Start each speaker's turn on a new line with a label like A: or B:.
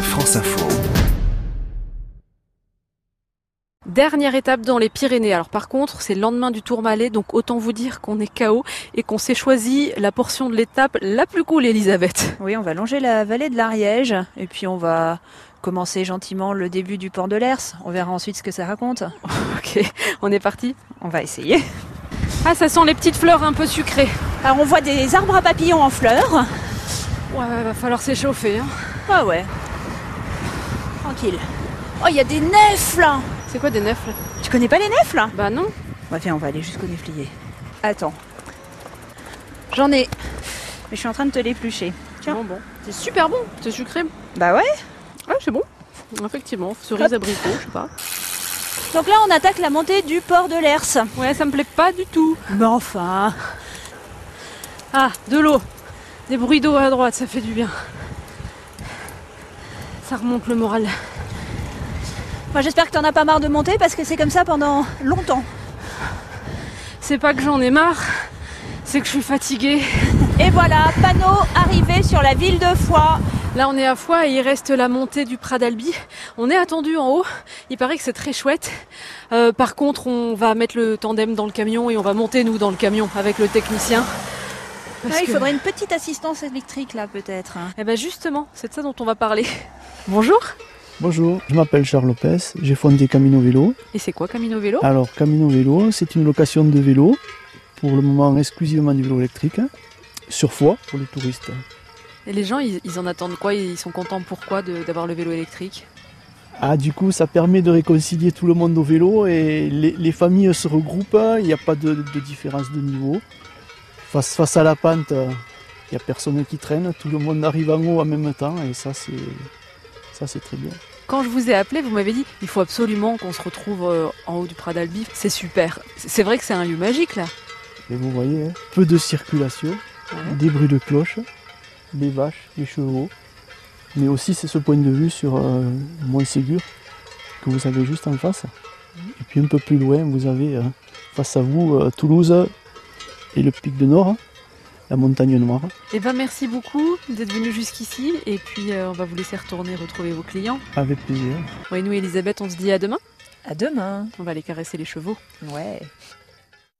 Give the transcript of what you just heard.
A: France Info.
B: Dernière étape dans les Pyrénées. Alors par contre, c'est le lendemain du Tourmalet, donc autant vous dire qu'on est KO et qu'on s'est choisi la portion de l'étape la plus cool, Elisabeth.
C: Oui, on va longer la vallée de l'Ariège et puis on va commencer gentiment le début du port de l'Ers. On verra ensuite ce que ça raconte.
B: ok, on est parti
C: On va essayer.
B: Ah, ça sent les petites fleurs un peu sucrées.
C: Alors on voit des arbres à papillons en fleurs.
B: Ouais, va falloir s'échauffer. hein.
C: Ah ouais. Tranquille. Oh, il y a des nefs là
B: C'est quoi des nefs là
C: Tu connais pas les nefs là
B: Bah non.
C: Bah viens, on va aller jusqu'au néflier. Attends. J'en ai. Mais je suis en train de te l'éplucher. Tiens.
B: Bon, bon. C'est super bon, c'est sucré.
C: Bah ouais.
B: Ouais, c'est bon. Effectivement, cerise abricot, je sais pas.
C: Donc là, on attaque la montée du port de l'Ers.
B: Ouais, ça me plaît pas du tout.
C: Mais enfin.
B: Ah, de l'eau. Des bruits d'eau à droite, ça fait du bien. Ça remonte le moral.
C: Moi, j'espère que t'en as pas marre de monter parce que c'est comme ça pendant longtemps.
B: C'est pas que j'en ai marre, c'est que je suis fatiguée.
C: Et voilà, panneau arrivé sur la ville de Foix.
B: Là, on est à Foix et il reste la montée du Pradalbi. On est attendu en haut. Il paraît que c'est très chouette. Euh, par contre, on va mettre le tandem dans le camion et on va monter nous dans le camion avec le technicien. Parce
C: Ah, Il
B: que-
C: faudrait une petite assistance électrique là, peut-être. hein.
B: Eh ben justement, c'est de ça dont on va parler. Bonjour.
D: Bonjour, je m'appelle Charles Lopez, j'ai fondé Camino Vélo.
B: Et c'est quoi Camino
C: Ah.
B: Vélo
D: Alors Camino Vélo, c'est une location de vélo, pour le moment exclusivement du vélo électrique, hein, sur foi pour les touristes.
B: Et les gens, ils, ils en attendent quoi Ils sont contents pourquoi de- d'avoir le vélo électrique
D: Ah du coup ça permet de réconcilier tout le monde au vélo et les, les familles se regroupent, hein, il n'y a pas de, de différence de niveau. Face, face à la pente, euh, il n'y a personne qui traîne, tout le monde arrive en haut en même temps et ça c'est ça c'est très bien.
B: Quand je vous ai appelé, vous m'avez dit il faut absolument qu'on se retrouve euh, en haut du Pradalbi. C'est super. C'est c'est vrai que c'est un lieu magique là.
D: Et vous voyez, hein, peu de circulation. des bruits de cloches, des vaches, des chevaux, mais aussi c'est ce point de vue sur euh, Montségur que vous avez juste en face. Et puis un peu plus loin, vous avez euh, face à vous euh, Toulouse et le pic de Nord, hein, la montagne noire.
B: Eh ben merci beaucoup d'être venu jusqu'ici et puis euh, on va vous laisser retourner retrouver vos clients.
D: Avec plaisir.
B: Ouais, nous Elisabeth, on se dit à demain.
C: À demain.
B: On va aller caresser les chevaux.
C: Ouais.